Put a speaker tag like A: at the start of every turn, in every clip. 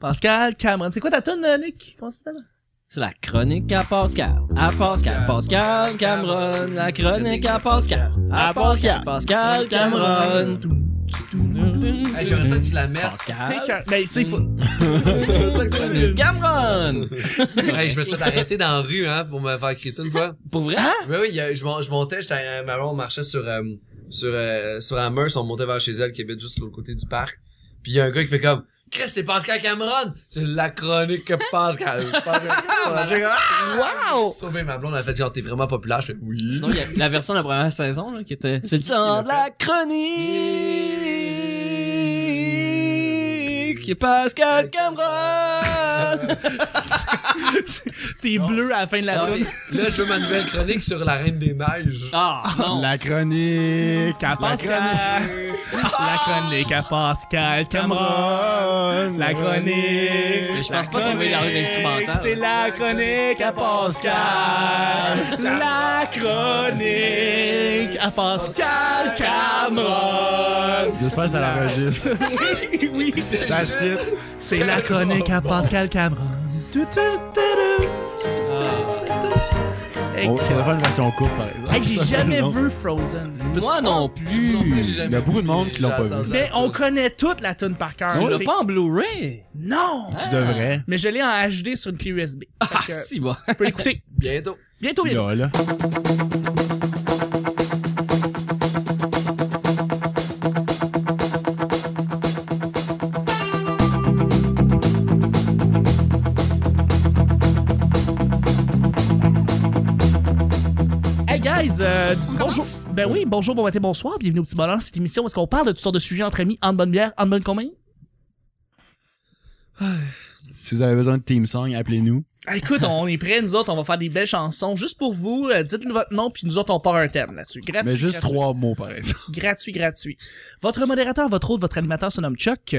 A: Pascal Cameron. C'est quoi ta tune, euh, Nick? Comment ça s'appelle?
B: C'est la chronique à Pascal. À Pascal, Pascal, Cameron. La chronique à Pascal. À Pascal, Pascal, Cameron.
C: Hey, j'aimerais ça que tu la mettes.
A: T'es
B: Pascal, Mm.
A: cœur. Ben, c'est fou.
C: J'aimerais ça que tu la
B: Cameron.
C: mettes.
B: Cameron.
C: Hey, je me suis fait arrêter dans la rue, hein, pour me faire crier ça une fois.
B: Pour vrai?
A: Ah,
C: Oui, oui, il y a- je, mon- je montais, j'étais, à- ma blonde marchait sur, euh, sur, euh, sur Amers, on montait vers chez elle, qui habite juste de l'autre côté du parc. Puis il y a un gars qui fait comme, Chris, c'est Pascal Cameron! C'est la chronique que Pascal. Pascal Cameron. J'ai comme, Ah!
B: Wow!
C: Sauvé ma blonde, elle a fait genre, t'es vraiment populaire. Je fais, oui.
B: Sinon, il y a la version de la première saison là, qui était. C'est le temps de la chronique. Pascal Cameron.
A: T'es bleu à la fin de la
B: Non,
A: tune.
C: Là, je veux ma nouvelle chronique sur la Reine des Neiges.
B: Ah non.
D: La chronique à
A: Pascal. La chronique à Pascal Cameron.
D: Cameron.
A: La chronique.
B: Mais je pense pas trouver la rue instrumentale.
A: C'est la chronique à Pascal. La chronique à Pascal Cameron.
D: J'espère que ça l'enregistre.
A: oui,
D: That's it.
A: c'est la chronique à Pascal Cameron. Tout, tout, tout, tout. Ah. Hey,
D: On on va
A: que-
D: faire une version courte, par exemple.
A: Hey, j'ai jamais
D: Non.
A: vu Frozen.
B: Moi non plus.
C: Non plus, j'ai
D: Il y a
C: jamais
D: beaucoup de monde
C: j'ai
D: qui l'ont pas vu.
C: attendu
A: Mais
C: à
A: on
C: tout.
A: connaît toute la tune par cœur.
B: Tu l'as
A: C'est-
B: pas en Blu-ray?
A: Non!
D: Tu devrais.
A: Mais je l'ai en HD sur une clé USB.
B: Ah,
A: Fait que,
B: si, bon.
A: On peut l'écouter.
C: Bientôt.
A: Bientôt, bientôt.
D: Là, là.
A: Hey guys, euh,
E: commence?
A: bonjour. Ben oui, bonjour, bon matin, bonsoir. Bienvenue au petit bonheur. Cette émission où est-ce qu'on parle de toutes sortes de sujets entre amis, en bonne bière, en bonne compagnie.
D: Si vous avez besoin de team song, appelez-nous.
A: Ah, Écoute, on est prêts, nous autres, on va faire des belles chansons juste pour vous. Euh, Dites-nous votre nom, puis nous autres, on part un thème là-dessus. Gratuit,
D: Mais juste
A: gratuit,
D: trois mots, par exemple.
A: Gratuit, gratuit. Votre modérateur, votre hôte, votre animateur se nomme Chuck.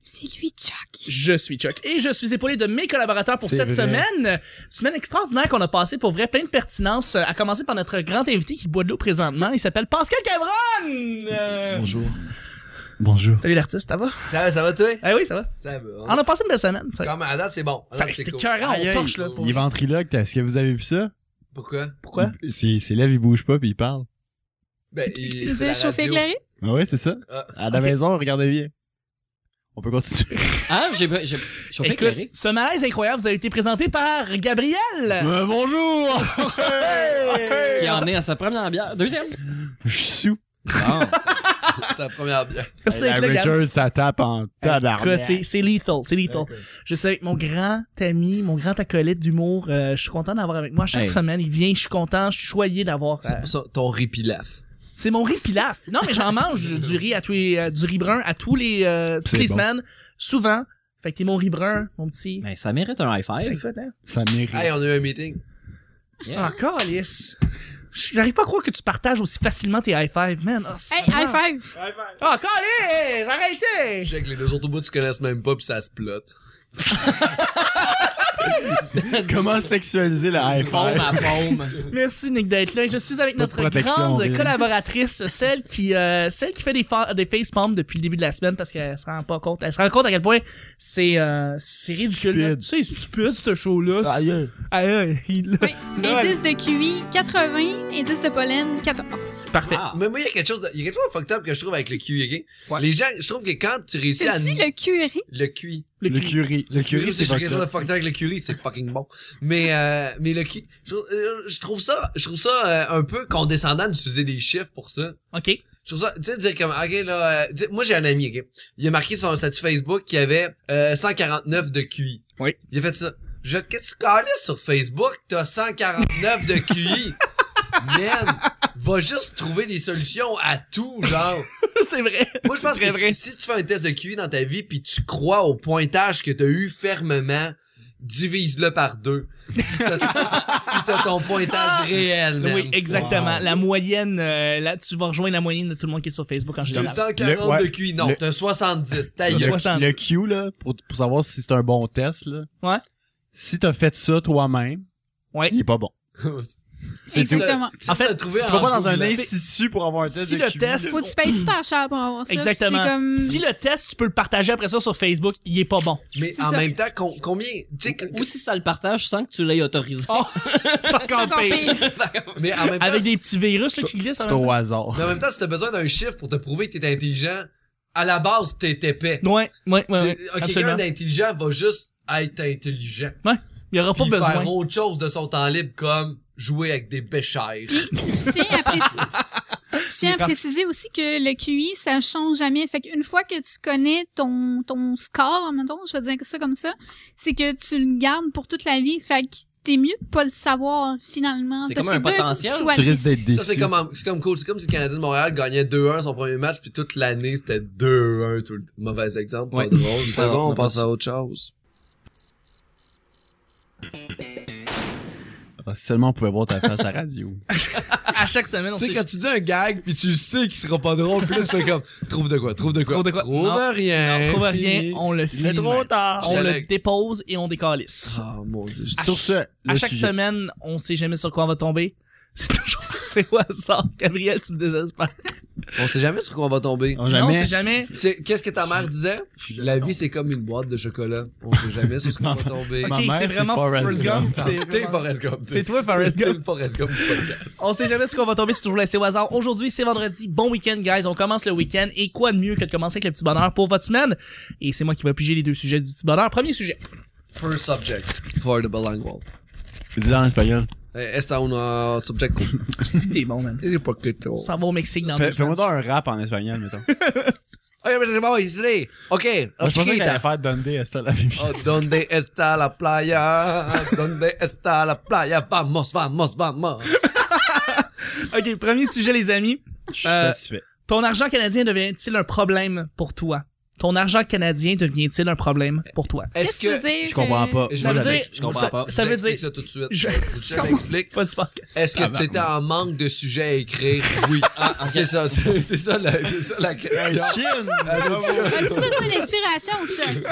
E: C'est lui, Chuck.
A: Je suis Chuck. Et je suis épaulé de mes collaborateurs pour
D: C'est
A: cette
D: vrai.
A: semaine. Semaine extraordinaire qu'on a passée pour vrai, plein de pertinence, euh, à commencer par notre grand invité qui boit de l'eau présentement. Il s'appelle Pascal Cameron! Euh,
C: Bonjour.
D: Bonjour.
A: Salut l'artiste, ça va?
C: Ça va, ça va, toi?
A: Ah oui, ça va.
C: Ça va.
A: On a passé une belle semaine. ça.
C: Comme à date, c'est bon. À
A: Ça,
C: date,
A: c'était
C: cool.
A: écœurant, on
C: Aïe, aïe.
A: torche, là, pour-
D: Il est ventriloque. Est-ce que vous avez vu ça?
C: Pourquoi?
A: Pourquoi?
D: Il- Ses, ses lèvres, ils bougent pas puis il parle.
C: Ben,
E: Tu
C: il-
E: veux
C: c'est
E: dire
C: la
E: chauffer
C: radio.
E: éclairé?
D: Ah ouais, c'est ça.
C: Ah,
D: À la
A: ok.
D: maison, regardez bien. On peut continuer.
B: Ah, j'ai j'ai- j'ai
A: Écoute,
B: fait éclairer.
A: ce malaise incroyable vous a été présenté par Gabriel.
D: Euh, bonjour!
B: Qui en est à sa première bière. Deuxième.
D: Je suis sous.
C: C'est la première bière.
A: Merci
D: La
A: d'être là, Gab.
D: Richard, ça tape en
A: Écoute,
D: tabarnak.
A: c'est- Ah, C'est lethal, c'est lethal. Je sais avec mon grand ami, mon grand acolyte d'humour, euh, je suis content d'avoir avec moi chaque
D: Hey.
A: semaine. Il vient, je suis content, je suis choyé d'avoir. euh,
C: C'est pour ça, ton riz pilaf.
A: C'est mon riz pilaf. Non, mais j'en mange du riz à tous les, euh, du riz brun à tous les, euh, toutes
D: C'est
A: les
D: bon.
A: semaines, souvent. Fait que t'es mon riz brun, mon petit.
B: Ben, ça mérite un high five.
A: Écoute, hein.
D: Ça mérite.
C: Hey, on a eu un meeting.
B: Yeah.
A: Encore, Alice. Ah, J'arrive pas à croire que tu partages aussi facilement tes high five, man. Oh, ça
E: Hey,
A: va.
E: high five!
A: Oh, Alice, arrêtez!
C: Je sais que les deux autres bouts, tu connaisses même pas, puis ça se plotte.
D: Comment sexualiser la high
B: Paume
D: five?
B: à paume.
A: Merci Nick d'être là. Je suis avec
D: Pas de
A: notre
D: protection,
A: grande
D: Bill.
A: collaboratrice, celle qui, euh, celle qui fait des, fa- des face palms depuis le début de la semaine parce qu'elle se rend pas compte. Elle se rend compte à quel point c'est euh, c'est ridicule. là.
D: Stupide. Ah,
A: C'est stupide ce Ah, show là.
C: Ah,
D: Aïe.
E: Oui. Indice de QI, 80. Indice de pollen, 14.
A: Parfait.
B: Ah.
C: Mais moi, il y a quelque chose de, il y a quelque chose de fucked up que je trouve avec le QI, ok?
A: Ouais.
C: Les gens, je trouve que quand tu réussis
E: C'est
C: à...
E: aussi le QRI.
C: Le QI.
A: Le
D: Le
A: cul.
D: curry. Le
C: Le
D: curry, c'est
C: j'ai quelque chose de
D: votre-
C: fucked up avec le curry, c'est fucking bon. Mais, euh, mais le QI, je, euh, je trouve ça, je trouve ça euh, un peu condescendant d'utiliser des chiffres pour ça.
A: Ok.
C: Je trouve ça, tu sais, dire comme, ok, là, euh, tu sais, moi j'ai un ami, ok. Il a marqué sur un statut Facebook qu'il avait euh, 149 de QI.
A: Oui.
C: Il a fait ça. Je, qu'est-ce que tu calais sur Facebook? T'as 149 de QI. Man, va juste trouver des solutions à tout, genre.
A: c'est vrai.
C: Moi, je pense
A: C'est
C: que
A: très vrai.
C: si, si tu fais un test de QI dans ta vie puis tu crois au pointage que t'as eu fermement, divise-le par deux. Puis t'as- puis t'as ton pointage réel, man.
A: Ah! Oui, exactement.
D: Wow.
A: La moyenne, euh, là, tu vas rejoindre la moyenne de tout le monde qui est sur Facebook en
C: J'ai
A: général.
C: 140
D: Le- ouais.
C: de QI. Non,
D: Le-
C: t'as 70. Ta
A: Le
C: gueule.
D: Le,
A: soixante.
D: le Q, là, pour, pour savoir si c'est un bon test, là.
A: Ouais.
D: Si t'as fait ça toi-même,
A: Ouais.
D: il est pas bon. C'est tout.
E: Exactement.
C: Si
A: En
C: tu l'as
A: fait,
C: trouvé
D: Si tu vas pas dans un
A: C'est-
D: institut pour avoir un test
A: Si
D: de
A: le
D: QI,
A: test-
E: Faut que tu payes super cher pour avoir ça. puis
A: Exactement.
E: C'est comme.
A: Si le test, tu peux le partager après ça sur Facebook, il est pas bon.
C: Mais
E: C'est
C: en
E: ça.
C: même temps, com- combien. Tu sais, que-
B: Ou si ça le partage sans que tu l'aies autorisé.
A: C'est
E: C'est encore pire.
C: mais en même temps.
A: Avec
C: si-
A: des petits virus là, qui glissent. hein. en
D: C'est
A: même
D: au hasard.
C: mais en même temps, si t'as besoin d'un chiffre pour te prouver que t'es intelligent, à la base, t'es épais.
A: temps. Ouais, ouais, ouais. ouais,
C: T'es- ok, quelqu'un
A: absolument.
C: d'intelligent va juste être intelligent.
A: Il y aura pas
C: Puis
A: besoin.
C: faire autre chose de son temps libre comme jouer avec des béchères.
E: Puis, je tiens à, préci- je tiens à préciser aussi que le QI, ça change jamais. Fait qu'une fois que tu connais ton, ton score, mettons, je vais dire ça comme ça, c'est que tu le gardes pour toute la vie. Fait que t'es mieux de pas le savoir, finalement.
B: C'est
E: Parce
B: comme un
E: que deux,
B: potentiel.
E: soit-
D: Tu risques d'être déçu.
C: Ça, c'est comme, en- c'est comme cool. C'est comme si le Canadien de Montréal gagnait 2-1 son premier match, puis toute l'année, c'était 2-1. Tout le... Mauvais exemple,
B: Ouais.
C: pas drôle. C'est
B: Ah,
C: bon, on
B: non,
C: passe à autre chose.
D: Ah, si seulement on pouvait voir ta face à radio.
A: À chaque semaine, on
C: Tu sais,
A: sait.
C: quand tu dis un gag, puis tu sais qu'il sera pas drôle, puis là, tu fais comme, trouve de quoi, trouve de quoi,
A: Trouve de quoi.
C: trouve
A: Non.
C: rien.
A: On trouve rien,
C: Fini.
A: on le filme.
D: tard.
A: On
C: Je
A: le
C: l'ai-
A: dépose et on décalisse.
C: Oh mon dieu.
A: Ah,
C: je-
D: Sur ce,
A: à
D: Ah, le
A: chaque
D: sujet.
A: semaine, on sait jamais sur quoi on va tomber. C'est toujours c'est au hasard. Gabriel, tu me désespères.
C: On sait jamais sur quoi on va tomber.
D: On
A: Non,
D: jamais.
A: c'est jamais.
C: Tu sais, Qu'est-ce que ta mère disait? La vie, c'est comme une boîte de chocolat. On sait jamais sur ce qu'on va tomber.
A: Ok,
D: Ma mère,
A: c'est
D: c'est
A: vraiment
D: Forrest
A: Forrest Gump. c'est
C: T'es
A: vraiment-
C: Forrest Gump.
A: C'est toi, Forrest
C: T'es
A: Gump.
C: le Forrest Gump du podcast.
A: On sait jamais ce qu'on va tomber, c'est toujours laissé au hasard. Aujourd'hui, c'est vendredi. Bon week-end, guys. On commence le week-end. Et quoi de mieux que de commencer avec le petit bonheur pour votre semaine? Et c'est moi qui vais piger les deux sujets du petit bonheur. Premier sujet.
C: First subject for the bilingual.
D: Dis-le en espagnol.
C: Eh, Esta uno subject.
A: C'est que t'es bon, man.
C: Il est pas que toi.
A: Ça va au Mexique dans deux
D: Fais- Fais-moi
A: semaines.
D: donc un rap en espagnol, mettons.
C: Oye, pero se va a Islay. Ok,
D: Moi, je pensais qu'elle allait
C: chiquita.
D: faire Dundee à la même chose.
C: Oh, ¿Dónde está la playa? ¿Dónde está la playa? Vamos, vamos, vamos.
A: Ok, premier sujet, les amis.
D: Je suis
A: Euh,
D: satisfait.
A: Ton argent canadien devient-il un problème pour toi? Ton argent canadien devient-il un problème pour toi?
E: Qu'est-ce que tu veux dire?
D: Je comprends
E: que-
D: pas.
C: Je
A: Ça
C: vais
A: veut
C: vous
A: dire-
C: l'expliquer.
B: je comprends
A: ça-
B: pas.
A: Ça
C: Je
A: veut
C: vous
A: dire.
C: explique ça tout de suite.
A: Je-
C: Je te l'explique.
A: Vas-y, Pascal.
C: Est-ce que
D: Ah, ben,
C: tu étais en manque de sujets à écrire? Oui. Ah, c'est ça, c'est c'est ça, la- c'est ça la question.
E: As-tu besoin d'inspiration, Chuck?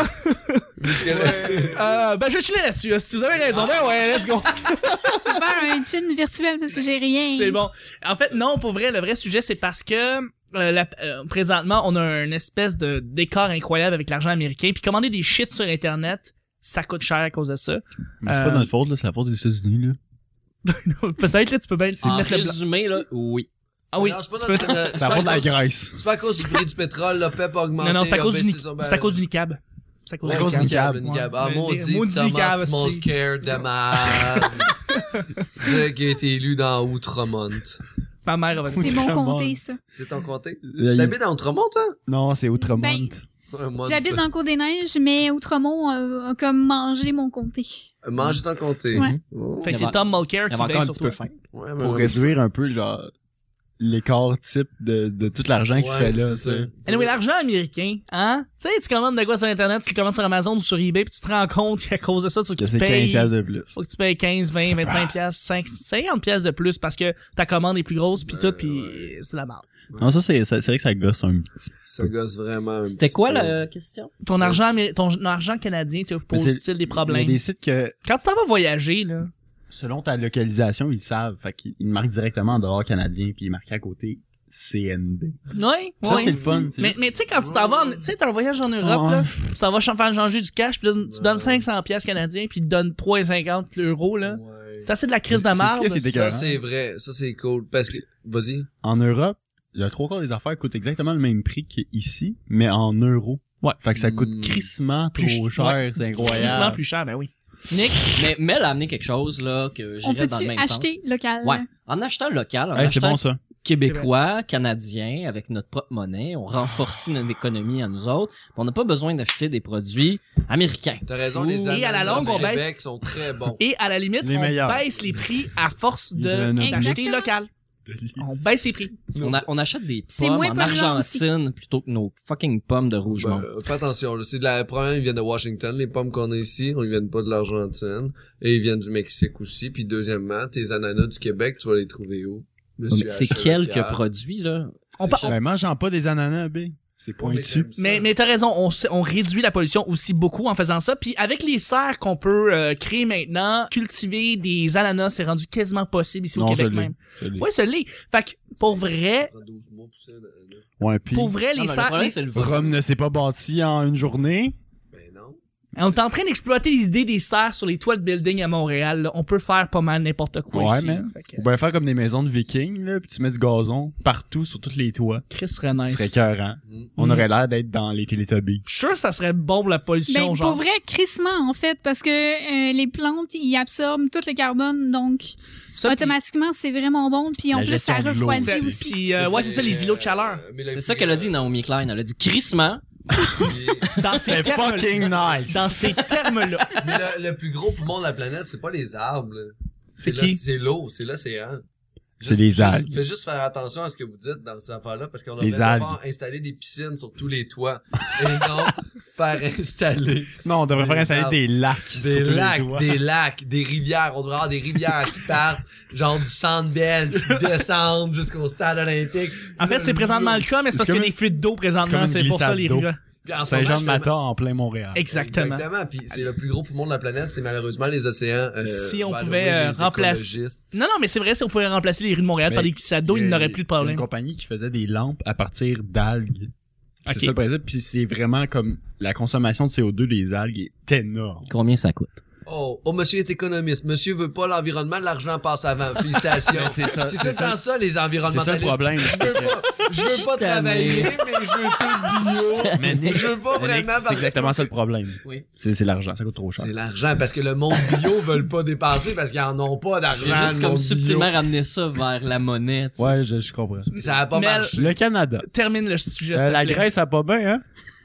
A: Euh, ben, je vais chiller là-dessus. hein. Si vous avez raison, ben ouais, let's go.
E: Je vais faire un chin virtuel parce que j'ai rien.
A: C'est bon. En fait, non, pour vrai, le vrai sujet, c'est parce que euh, la- euh, présentement, on a une espèce de décor incroyable avec l'argent américain. Puis commander des shit sur Internet, ça coûte cher à cause de ça.
D: Mais c'est
A: Euh,
D: pas notre faute, là. C'est la faute des États-Unis, là.
A: Peut-être, là, tu peux bien
B: En
A: mettre le blanc.
B: résumé, là, oui.
A: Ah oui.
C: Non, c'est pas
A: tu
C: notre-
A: peux-
C: euh, c'est
D: C'est la
C: pas à
D: faute de la
C: cause-
D: Grèce.
C: c'est pas à cause du prix du pétrole, le PEP a augmenté. ben,
A: Non, non, c'est à
C: a
A: cause du,
B: ben,
C: baissé
A: ni-
C: son-
A: c'est à cause
B: euh,
A: du NICAB. C'est à cause
C: Ouais,
A: du
D: cause
A: NICAB.
D: du NICAB.
C: le NICAB.
A: Ouais.
C: Ah,
A: Mais-
C: maudit,
A: maudit
C: Thomas
A: NICAB,
C: Mulcair de merde. Dire qu'il a été élu dans Outremont.
A: Ma mère, elle va dire.
E: C'est mon
D: Outremont.
E: comté, ça.
C: C'est ton comté?
D: Il-
C: T'habites à Outremont, toi?
D: Non, c'est Outremont.
E: Ben,
C: Euh, moi,
E: J'habite dans le Côte-des-Neiges, mais Outremont euh, a comme mangé mon comté.
C: Euh, Mange ton comté.
E: Ouais.
C: Oh.
A: Fait que
B: Il y
A: c'est
B: avait-
A: Tom Mulcair
B: Il y
A: qui
B: avait
A: veille
B: encore un
A: sur
B: petit peu
A: toi.
B: faim.
C: Ouais, mais-
D: Pour réduire un peu, genre, l'écart type de, de tout l'argent qui se
C: Ouais,
D: fait là.
C: c'est ça.
D: tu sais.
A: Anyway, l'argent américain, hein? Tu sais, tu commandes de quoi sur Internet, tu le commandes sur Amazon ou sur eBay, puis tu te rends compte qu'à cause de ça, tu,
D: Que
A: que tu
D: c'est 15
A: payes...
D: piastres de plus.
A: faut que tu payes 15, 20, 25 piastres, 5, 50 piastres de plus parce que ta commande est plus grosse pis
C: Ben,
A: tout pis
C: ouais.
A: c'est la merde.
D: Non, ça, c'est c'est- c'est vrai que ça gosse un petit
C: Ça gosse vraiment un
B: C'était
C: petit
B: quoi
C: peu.
B: la question?
A: Ton
C: C'est-
A: argent, amé- ton argent canadien te pose-t-il des problèmes?
D: Il y a des sites que,
A: Quand tu t'en vas voyager, là,
D: selon ta localisation, ils savent. Fait qu'ils ils marquent directement en dehors canadien, puis ils marquent à côté CND.
A: ouais,
D: Ça,
A: ouais.
D: c'est le fun. c'est-
A: mais, mais tu sais, quand tu t'en vas, en- tu sais, t'as un voyage en Europe,
D: Ouais.
A: là, pis tu t'en vas ch- faire changer du cash, pis là, tu
C: Ouais.
A: donnes 500 piastres canadiens, pis tu donnes 3,50 euros, là.
C: Ouais.
A: C'est assez de la crise de
D: C'est-
A: marre.
D: c'est- c'est
C: Ça,
D: dégueulasse.
C: c'est vrai. Ça, c'est cool. Parce que, vas-y.
D: En Europe, le trois quarts des affaires coûtent exactement le même prix qu'ici, mais en euros.
A: Ouais.
D: Fait que ça coûte
C: Mm.
D: crissement
A: Plus
D: trop
A: ch-
D: cher, c'est
A: Quasiment
D: incroyable.
A: plus cher, ben oui.
B: Nick, mais Mel a amené quelque chose, là, que
E: On
B: j'irais dans le
E: peut-tu
B: même
E: acheter local?
B: sens. Ouais. En achetant local, en
D: Hey, c'est
B: achetant
D: bon ça.
B: québécois, canadiens, avec notre propre monnaie, on
E: Ah.
B: renforce notre économie à nous autres. puis On n'a pas besoin d'acheter des produits américains.
C: T'as raison,
B: Ouh.
C: les
A: Et à la
C: ananas
A: longue,
C: du
A: on
C: Québec
A: baisse.
C: sont très bons.
A: Et à la limite,
D: Les
A: on
D: meilleurs.
A: baisse les prix à force
D: Ils
A: de-
D: avaient notre-
A: d'acheter
E: Exactement.
A: local. On baisse les prix.
B: On, a- on achète des
E: C'est
B: pommes
E: moins
B: en
E: polluant
B: Argentine plutôt que nos fucking pommes de rouge
C: Ben, fais attention, là. c'est de la première, ils viennent de Washington, les pommes qu'on a ici, on ils viennent pas de l'Argentine, et ils viennent du Mexique aussi, puis deuxièmement, tes ananas du Québec, tu vas les trouver où? E
B: C'est
C: quel
B: quelques produits, là.
A: On, pa-
D: Ben, mangeant pas des ananas, B. C'est pointu.
A: Mais, mais t'as raison, on, s- on réduit la pollution aussi beaucoup en faisant ça. Puis avec les serres qu'on peut euh, créer maintenant, cultiver des ananas, c'est rendu quasiment possible ici au
D: Non, je
A: Québec
D: l'ai.
A: même.
D: Je l'ai.
A: Ouais, ça l'est. Fait que pour vrai,
C: Prend 12 mois pour ça, là, là.
D: Ouais, puis
A: pour vrai, les serres... les-
B: c'est le vote.
D: Rome ne s'est pas bâti en une journée.
C: Ben non.
A: On est en train d'exploiter l'idée des serres sur les toits de building à Montréal. là. On peut faire pas mal n'importe quoi
D: Ouais,
A: ici.
D: mais-
A: là. Fait que,
D: On pourrait faire comme des maisons de vikings, là, puis tu mets du gazon partout sur tous les toits.
A: Chris serait
D: Ce
A: nice.
D: serait écœurant.
C: Mm.
D: On
A: Mm.
D: aurait l'air d'être dans les Teletubbies.
A: Je suis sûr que ça serait bon pour la pollution,
E: Ben,
A: genre.
E: pour vrai, crissement, en fait, parce que euh, les plantes, ils absorbent tout le carbone, donc
A: Ça, puis-
E: automatiquement, c'est vraiment bon. Puis en
D: La
E: plus,
D: gestion
E: ça
D: de l'eau
E: refroidit
A: c'est-
D: aussi.
E: aussi.
A: puis, euh, ouais, c'est ça, les îlots de chaleur.
C: euh, mais la
B: C'est ça
C: pluie,
B: qu'elle a dit
C: euh,
B: Naomi Klein. Elle a dit crissement.
A: Dans ces
D: C'est
A: termes-là.
D: fucking nice!
A: Dans ces termes-là.
C: Mais le, le plus gros poumon de la planète, c'est pas les arbres. là.
A: C'est
C: là-
A: qui?
C: C'est l'eau, c'est l'océan.
D: C'est
C: Juste-
D: les
C: juste-
D: algues.
C: Faites juste faire attention à ce que vous dites dans ces affaires-là, parce qu'on
D: Les
C: devrait pas
D: algues.
C: faire installer des piscines sur tous les toits. Et non, faire installer
D: Non, on devrait
C: Des
D: faire installer
C: arbres.
D: des lacs. sur
C: des
D: tous les
C: lacs,
D: toits.
C: des lacs, des rivières. On devrait avoir des rivières qui partent, genre du centre belle, qui descendent jusqu'au stade olympique.
A: En fait, c'est présentement le cas, mais c'est parce
D: C'est
A: qu'il y a
D: comme
A: des fuites d'eau
D: c'est
A: présentement.
D: comme une
A: C'est pour ça
D: glissade
A: les
D: d'eau.
A: rivières.
C: Puis en ce moment,
D: Saint-Jean-de-Matin en plein Montréal.
A: Exactement.
C: Puis c'est le plus gros poumon de la planète, c'est malheureusement les océans. euh,
A: Si on
C: valorisés,
A: pouvait, euh,
C: les
A: remplacer-
C: écologistes.
A: Non, non, mais c'est vrai, si on pouvait remplacer les rues de Montréal
D: Mais
A: par des glissades d'eau, il n'aurait plus de
D: y a
A: problème.
D: Une compagnie qui faisait des lampes à partir d'algues. C'est
A: Ok.
D: ça le principe. Puis c'est vraiment comme la consommation de CO2 des algues est énorme.
B: Combien ça coûte?
C: Oh, oh, monsieur est économiste. Monsieur veut pas l'environnement, l'argent passe avant. Félicitations.
D: Ben, C'est ça,
C: C'est tout le temps ça, les
D: c'est ça le
C: environnementalistes.
D: problème.
C: Je veux pas, je veux pas travailler, mais je veux tout
D: Mais
C: bio.
D: Nick,
C: Je veux pas vraiment
D: C'est
C: participer.
D: exactement ça le problème.
B: Oui.
D: C'est c'est l'argent, ça coûte trop cher.
C: C'est l'argent, parce que le monde bio veulent pas dépenser parce qu'ils en ont pas
B: J'ai
C: d'argent.
B: juste
C: le
B: comme
C: monde
B: subtilement ramené ça vers la monnaie. tu sais.
D: Ouais, je, je comprends.
C: bio. Ça a pas
A: Mais-
C: marché.
D: Le Canada.
A: Termine le sujet.
D: Euh,
A: s'il te
D: la
A: plaît.
D: Grèce, ça a pas bien, hein?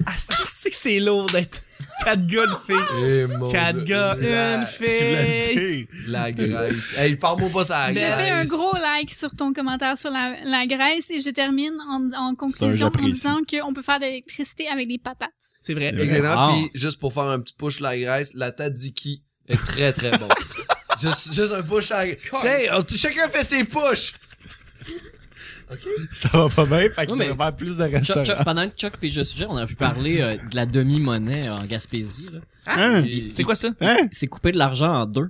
A: Ah, c'est que c'est lourd d'être quatre gars, une
D: Oh,
A: fille.
C: Eh, mon
A: Quatre
C: Dieu.
A: gars,
C: la,
A: une fille.
C: la Grèce. Hey, parle-moi pas ça.
E: J'ai fait un gros like sur ton commentaire sur la, la Grèce et je termine en, en conclusion en
D: j'apprécie.
E: disant qu'on peut faire de l'électricité avec des patates.
A: C'est vrai.
D: C'est vrai.
C: Exactement.
B: Ah.
C: Puis juste pour faire un petit push la Grèce, la tzatziki est très très bon. juste, juste un push à la Grèce. T'sais, on- chacun fait ses push. Ok.
D: Ça va pas bien, fait qu'on
B: Ouais, mais-
D: va faire plus de
B: Chuck- Chuck-
D: restaurants.
B: pendant que Chuck et je sujet, on a pu parler euh, de la demi-monnaie euh, en Gaspésie. là.
D: Hein?
C: Et-
A: C'est quoi ça?
B: C'est couper de l'argent en deux.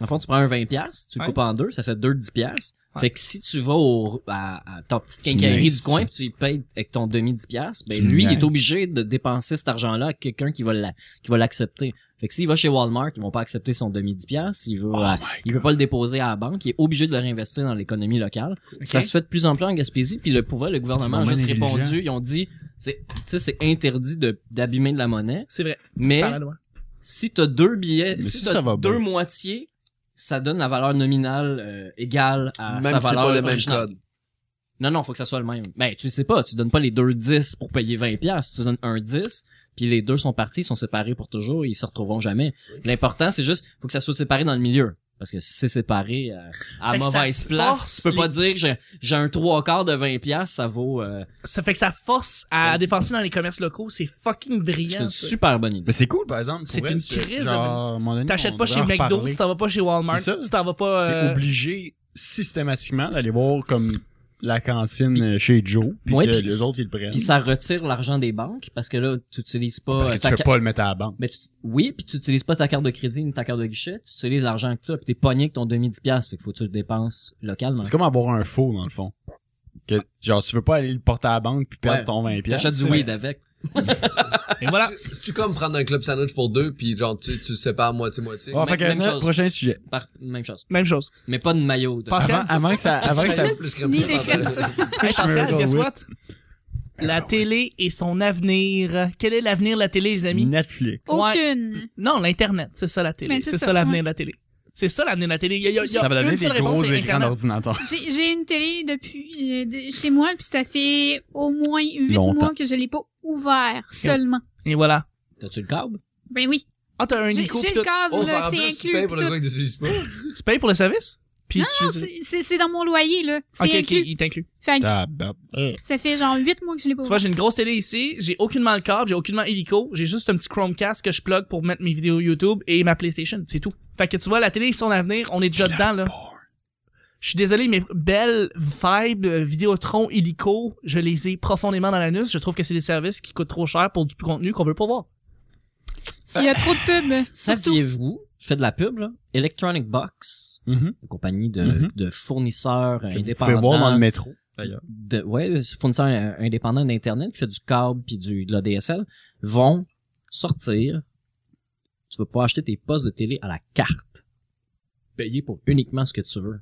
B: En fond, tu prends un 20$, piastres, tu le
A: Ouais.
B: coupes en deux, ça fait deux 10$. piastres.
A: Ouais.
B: Fait que si tu vas au, à, à ta petite
D: Tu
B: quincaillerie
D: niaises,
B: du coin pis tu y payes avec ton demi 10$, piastres, ben
D: Tu
B: lui, il est
D: niaises.
B: obligé de dépenser cet argent-là à quelqu'un qui va la- qui va l'accepter. fait que s'il va chez Walmart, ils vont pas accepter son demi 10$, piastres, il va,
D: Oh Ah.
B: à- il peut pas le déposer à la banque, il est obligé de le réinvestir dans l'économie locale. Ça
A: Ok.
B: se fait de plus en plus en Gaspésie, puis le pouvoir, le gouvernement a
D: C'est
B: juste
D: vraiment
B: répondu, ils ont dit, c'est, tu sais, c'est interdit de, d'abîmer de la monnaie,
A: C'est vrai.
B: mais
A: Par la loi.
B: si t'as deux billets,
D: Mais
B: si
D: si
B: t'as
D: ça va
B: deux
D: bien.
B: moitiés, ça donne la valeur nominale euh, égale à sa
C: Même si c'est
B: valeur
C: pas le même
B: originale.
C: code.
B: Non, non, faut que ça soit le même. Ben, tu sais pas, tu donnes pas les deux 10 pour payer 20 pièces, tu donnes un 10, puis les deux sont partis, ils sont séparés pour toujours, ils se retrouveront jamais. L'important, c'est juste, faut que ça soit séparé dans le milieu. Parce que si c'est séparé euh, à
A: Fait que ça
B: mauvaise
A: force
B: place, tu peux pas
A: les-
B: dire j'ai j'ai un trois quarts de 20 pièces, ça vaut. euh,
A: Ça fait que ça force
B: Ça
A: à
B: dit
A: dépenser dans les commerces locaux. C'est fucking
B: c'est
A: brillant.
B: une
A: ça.
B: super bonne idée.
D: Mais c'est cool, par exemple. pour
A: C'est
D: vrai,
A: une
D: ce-
A: crise,
D: genre, à un moment donné,
A: T'achètes
D: on
A: pas chez
D: devrait en
A: McDo,
D: reparler.
A: tu t'en vas pas chez Walmart,
D: C'est ça.
A: tu t'en vas pas.
D: T'es
A: euh,
D: obligé systématiquement d'aller voir comme la cantine euh, chez Joe, puis
B: Ouais,
D: que
B: puis-
D: les autres ils le prennent.
B: Puis ça retire l'argent des banques parce que là, tu utilises pas
D: parce
B: euh,
D: que
B: ta
D: tu peux
B: ca-
D: pas le mettre à la banque.
B: Mais tu, oui, puis tu utilises pas ta carte de crédit ni ta carte de guichet, tu utilises l'argent que t'as, puis t'es pogné avec ton demi 10 pièces, fait qu'il faut que tu le dépenses localement.
D: C'est comme avoir un faux dans le fond. Que, genre tu veux pas aller le porter à la banque puis perdre
B: Ouais.
D: ton 20 pièces.
B: T'achètes du weed avec.
A: Et voilà.
C: C'est- C'est-tu comme prendre un club sandwich pour deux, puis genre, tu, tu le sépares moitié-moitié?
D: Ah,
B: Même-
D: fait que,
B: même
D: euh,
B: chose.
D: prochain sujet.
B: Par, même chose.
A: Même chose.
B: Mais pas de maillot. De...
A: Pascal?
D: Avant, avant que ça, avant que ça,
C: plus crème
E: Ni
C: sur
E: des crèmes
C: pantalon.
E: sur-
A: Hey, Pascal,
D: Sugar
A: guess
D: Whip.
A: what?
E: Ah,
A: La télé et son avenir. Quel est l'avenir de la télé, les amis?
D: Netflix.
E: Aucune.
A: Non, l'Internet, c'est ça la télé.
E: Mais c'est
A: C'est
E: ça,
A: ça l'avenir
E: ouais.
A: de la télé. C'est ça l'avenir de la télé. Il y a, il y a- il y a
D: Ça va donner
A: une
D: des
A: seule réponse,
D: gros
A: c'est
D: écrans
A: Internet.
D: d'ordinateur.
E: J'ai j'ai une télé depuis euh, de- chez moi, puis ça fait au moins huit
D: Longtemps.
E: mois que je l'ai pas ouvert seulement.
A: Et voilà.
B: T'as-tu le câble?
E: Ben oui.
A: Ah, t'as un
E: J'ai j'ai
A: Nico, pis
E: le
A: tout.
E: câble,
C: Oh,
E: là,
C: en
E: c'est
C: plus, tu
B: ben,
C: payes
E: inclus. puis
C: pour le
E: tout.
C: gars qui n'utilise pas.
A: tu payes pour le service? Puis tu...
E: Non, c'est- c'est c'est dans mon loyer, là. C'est
A: Ok, ok,
E: inclus.
A: il t'inclut.
E: Fait que
D: Tabarnak.
E: ça fait genre huit mois que je l'ai pas
A: Tu
E: ouvert.
A: vois, j'ai une grosse télé ici, j'ai aucunement le câble, j'ai aucunement illico, j'ai juste un petit Chromecast que je plug pour mettre mes vidéos YouTube et ma PlayStation, c'est tout. Fait que tu vois, la télé et son avenir, on est déjà dedans, là. Je suis désolé, mais Belle, Vibe, euh, Vidéotron, Illico, je les ai profondément dans l'anus. Je trouve que c'est des services qui coûtent trop cher pour du contenu qu'on veut pas voir.
E: S'il y a trop de pubs, surtout.
B: Saviez-vous, je fais de la pub, là, Electronic Box,
D: Mhm.
B: une compagnie de,
D: Mhm.
B: de fournisseurs euh,
D: Vous
B: indépendants.
D: pouvez voir dans le métro.
B: de, ouais, ce fournisseur euh, indépendant d'Internet qui fait du câble puis du, de l'ADSL vont sortir. Tu vas pouvoir acheter tes postes de télé à la carte. Payer pour uniquement ce que tu veux.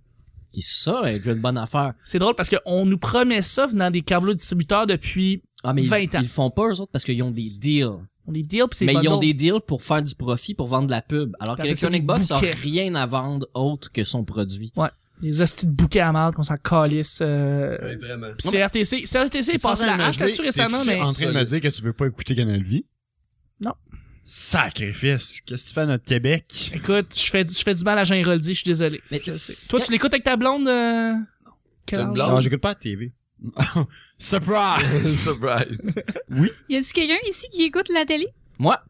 B: Qui ça est une bonne affaire.
A: C'est drôle parce qu'on nous promet ça venant des câbles distributeurs depuis
B: Ah, mais ils,
A: 20 ans.
B: ils le font pas eux autres parce qu'ils ont des deals.
A: on les deals pis c'est
B: Mais
A: pas
B: ils ont
A: drôle.
B: des deals pour faire du profit, pour vendre de la pub. Alors
A: Puis après ça,
B: qu'Electronic
A: des
B: Box n'a
A: bouquets.
B: rien à vendre autre que son produit.
A: les hosties de bouquets à marde qu'on s'en calisse. euh,
C: Oui, vraiment.
A: pis CRTC, CRTC est passé la
D: T'es-tu
A: hache là-dessus récemment,
D: en
A: mais
D: train de me dire que tu veux pas écouter Canal Vie?
A: Non.
D: Sacrifice. Qu'est-ce que tu fais à notre Québec?
A: écoute, je fais, du- je fais du mal à Jean Roldi, je suis désolé.
B: Mais-
A: Je sais. Toi, tu l'écoutes avec ta blonde? Euh... Quel
C: Une
A: âge?
C: blonde?
D: Non, j'écoute pas la TV. Surprise!
C: Surprise.
E: Y a-tu quelqu'un ici qui écoute la télé?
B: Moi,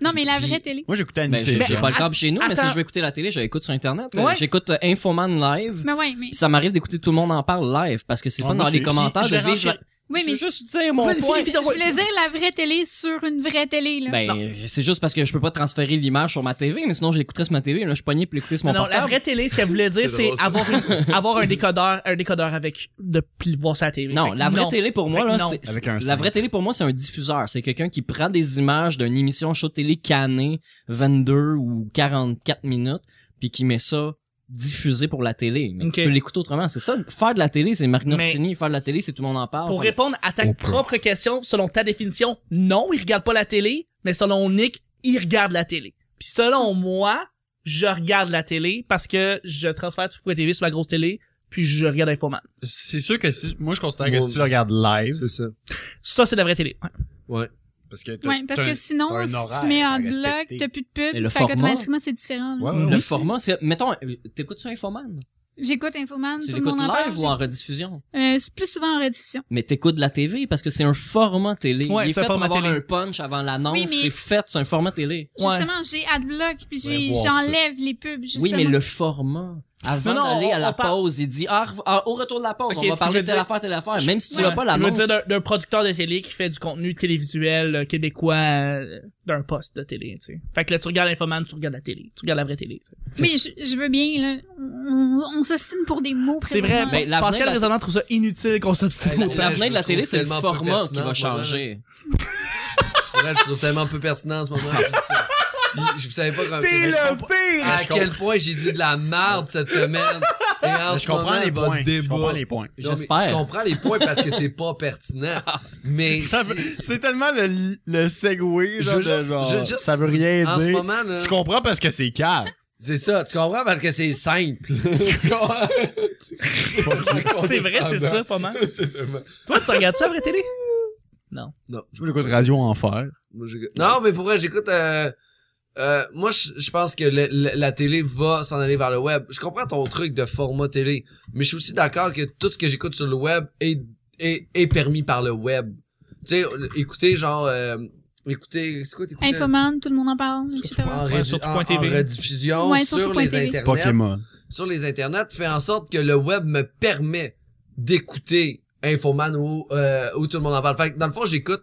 E: Non, mais la vraie
D: Puis-
E: télé.
D: Moi, j'écoutais
B: ben, j'ai
D: Annie
B: j'ai
D: J'ai
B: pas le câble chez nous, mais si
A: attends.
B: je veux écouter la télé, je l'écoute sur Internet. Euh,
A: Ouais.
B: J'écoute euh, Infoman live.
E: Mais ouais, mais.
B: Puis ça m'arrive d'écouter tout le monde en parle live parce que c'est le
D: Ouais,
B: fun
D: moi,
B: dans les
D: c'est-
B: commentaires
A: si,
B: de
A: Ah, je vais
B: vivre.
A: rentrer-
E: Oui,
B: je
E: mais.
B: veux juste dire mon
A: Vas-y,
B: point.
A: finis, finis,
E: Je voulais dire la vraie télé sur une vraie télé, là.
B: Ben, c'est juste parce que je peux pas transférer l'image sur ma TV, mais sinon j'écouterais sur ma TV, là je pogné pour l'écouter sur mon
A: Non, la
B: portable.
A: vraie télé, ce qu'elle voulait dire,
C: C'est
A: c'est
C: drôle, ça.
A: avoir, une- avoir un décodeur, un décodeur avec de pis le voir sa télé.
B: Non,
A: Fait que
B: la vraie télé pour moi
A: Fait que
B: là,
A: non.
B: c'est-
D: Avec
B: c'est-
D: un
B: la
D: cinq.
B: vraie télé pour moi c'est un diffuseur, c'est quelqu'un qui prend des images d'une émission show télé canée 22 ou 44 minutes puis qui met ça diffusé pour la télé. Mais
A: Ok.
B: tu peux l'écouter autrement, c'est ça faire de la télé, c'est Marc
A: Mais-
B: Norcini, faire de la télé, c'est tout le monde en parle.
A: Pour
B: Faire de-
A: répondre à ta
D: On peut.
A: propre question, selon ta définition, non, il regarde pas la télé, mais selon Nick, il regarde la télé. Puis selon moi, je regarde la télé parce que je transfère tout la TV sur ma grosse télé, puis je regarde Infoman.
D: C'est sûr que si, moi, je considère que
C: Moi-
D: si tu le regardes live,
C: C'est ça.
A: Ça, c'est la vraie télé. Ouais.
D: parce que t'as-
E: Ouais, parce
D: t'as
E: que
D: un-
E: sinon,
D: un
E: si
D: horaire
E: tu mets
D: à
E: en bloc,
D: respecter.
E: t'as plus de pub,
B: Mais le
E: fait
B: format-
E: automatiquement, c'est différent. là.
D: Ouais, ouais,
B: le
D: ouais.
B: format, c'est mettons, euh, t'écoutes-tu Infoman
E: J'écoute Infoman,
B: Tu
E: tout le monde
B: l'écoutes
E: en parle.
B: live ou en rediffusion
E: j'ai- euh, c'est plus souvent en rediffusion.
B: mais t'écoutes de la TV parce que c'est un format télé.
A: Ouais,
B: Il est
A: c'est un
B: fait pour
A: format
B: avoir
A: télé.
B: un punch avant l'annonce.
E: Oui, mais-
B: C'est fait, c'est un format télé.
A: Ouais.
E: Justement, j'ai Adblock, puis j'ai-
C: Ouais, voir ça.
E: j'enlève les pubs, justement.
B: Oui, mais le format. Avant
A: Non, non,
B: d'aller
A: on-
B: à
A: on
B: la
A: parle-
B: pause, il dit ah, rev- ah, au retour de la
A: Ok,
B: pause, on
A: ce
B: va
A: qui
B: parler
A: veut
B: de telle
A: dire-
B: affaire, telle affaire. Même si tu
A: Ouais.
B: l'as pas
A: Je veux
B: l'annonce.
A: dire d'un- d'un producteur de télé qui fait du contenu télévisuel euh, québécois euh, d'un poste de télé, tu sais. Fait que là, tu regardes Infoman, tu regardes la télé, tu regardes la vraie télé, tu sais.
E: Mais je, je veux bien, là. On, on s'ostine pour des mots.
A: C'est vrai,
E: présentement.
B: Mais l'avenir de
A: Pascal
B: la-
A: raisonnablement trouve ça inutile qu'on s'obstine.
C: Ouais,
A: autant.
B: L'avenir de la
C: je
B: télé,
C: trouve
B: c'est le
C: tellement peu
B: format qui
C: pertinent,
B: va
C: ce moment-là.
B: changer.
C: Pour elle, je trouve tellement peu pertinent en ce moment. Puis c'est- Puis Je vous savais pas quand
A: T'es
C: je
A: le
C: comprends-
A: pire!
C: à quel point j'ai dit de la merde cette semaine. Et en
D: Mais
C: ce moment,
D: les
C: votre
D: points. Je
C: débat.
D: comprends les points.
C: Non, mais
B: J'espère.
C: Je comprends les points parce que c'est pas pertinent. Mais
D: Ça
C: si-
D: veut- C'est tellement le, le segway,
C: Je
D: genre,
C: veux
D: de
C: juste-
D: genre,
C: je veux juste-
D: ça veut rien
C: en ce
D: dire.
C: moment, euh, là,
D: Tu comprends parce que c'est calme.
C: c'est ça. Tu comprends parce que c'est simple. tu comprends?
A: C'est vrai, c'est ça, pas mal.
C: C'est tellement-
A: Toi, tu regardes ça, la vraie télé?
D: Je veux l'écouter Radio Enfer.
C: Moi, j'écoute- Non, mais pour vrai, j'écoute. euh, euh, moi, je je pense que le- le- la télé va s'en aller vers le web. Je comprends ton truc de format télé, mais je suis aussi d'accord que tout ce que j'écoute sur le web est, est, est permis par le web. Tu sais, écouter genre, euh, écouter, c'est quoi t'écoutais?
E: Infoman, tout le monde en parle, etc.
C: En,
A: Ouais,
C: redu-
A: sur tout
C: en-
A: point TV.
C: en rediffusion
E: Ouais, sur
C: sur
E: tout point
C: les
E: TV.
C: internets.
D: Pokémon.
C: Sur les internets, fait en sorte que le web me permet d'écouter Infoman ou euh, où tout le monde en parle. Fait que dans le fond, j'écoute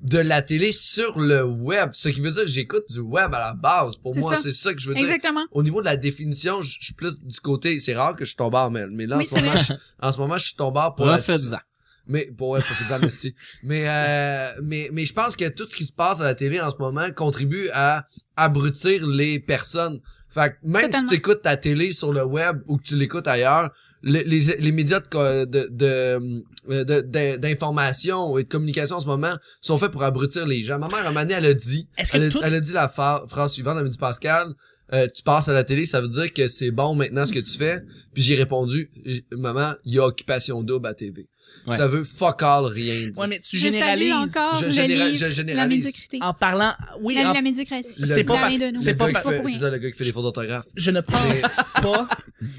C: de la télé sur le web, ce qui veut dire que j'écoute du web à la base. Pour
E: C'est
C: moi,
E: ça.
C: c'est ça que je veux dire.
E: Exactement.
C: Au niveau de la définition, je je suis plus du côté, c'est rare que je suis tombé en mêle, mais là,
E: Oui,
C: en, ce
E: c'est
C: moment, je, en ce moment, je suis tombé pour là-dessus.
B: Refaites-en.
C: Mais bon, ouais, profitez-en, esti. Mais euh, mais mais je pense que tout ce qui se passe à la télé en ce moment contribue à abrutir les personnes. Fait que même
E: Totalement.
C: si tu écoutes ta télé sur le web ou que tu l'écoutes ailleurs, le- les, les médias de co- de- de euh, de- de- d'information et de communication en ce moment sont faits pour abrutir les gens. Ma mère, à un moment donné, elle a dit,
A: Est-ce que
C: elle a,
A: tout-
C: elle a dit la pha- phrase suivante, elle m'a dit, Pascal, euh, tu passes à la télé, ça veut dire que c'est bon maintenant ce que tu fais. Puis j'ai répondu, J- maman, il y a occupation double à TV.
B: Ouais.
C: Ça veut fuck all rien dire.
A: Ouais, mais tu
E: Je salue
A: généralises.
E: encore
C: Je
E: le
C: général-
E: livre
C: je
E: La
C: généralise.
E: médiocrité.
A: En parlant, Ah, oui,
E: la,
A: en-
E: la médiocratie.
A: C'est pas
E: Dans
A: parce-
E: les deux noms.
A: c'est
C: Le
A: pas
C: gars qui
A: parce-
E: pour
C: fait-
E: rien.
C: C'est ça, le gars qui fait les fautes d'autographe.
A: je ne pense pas,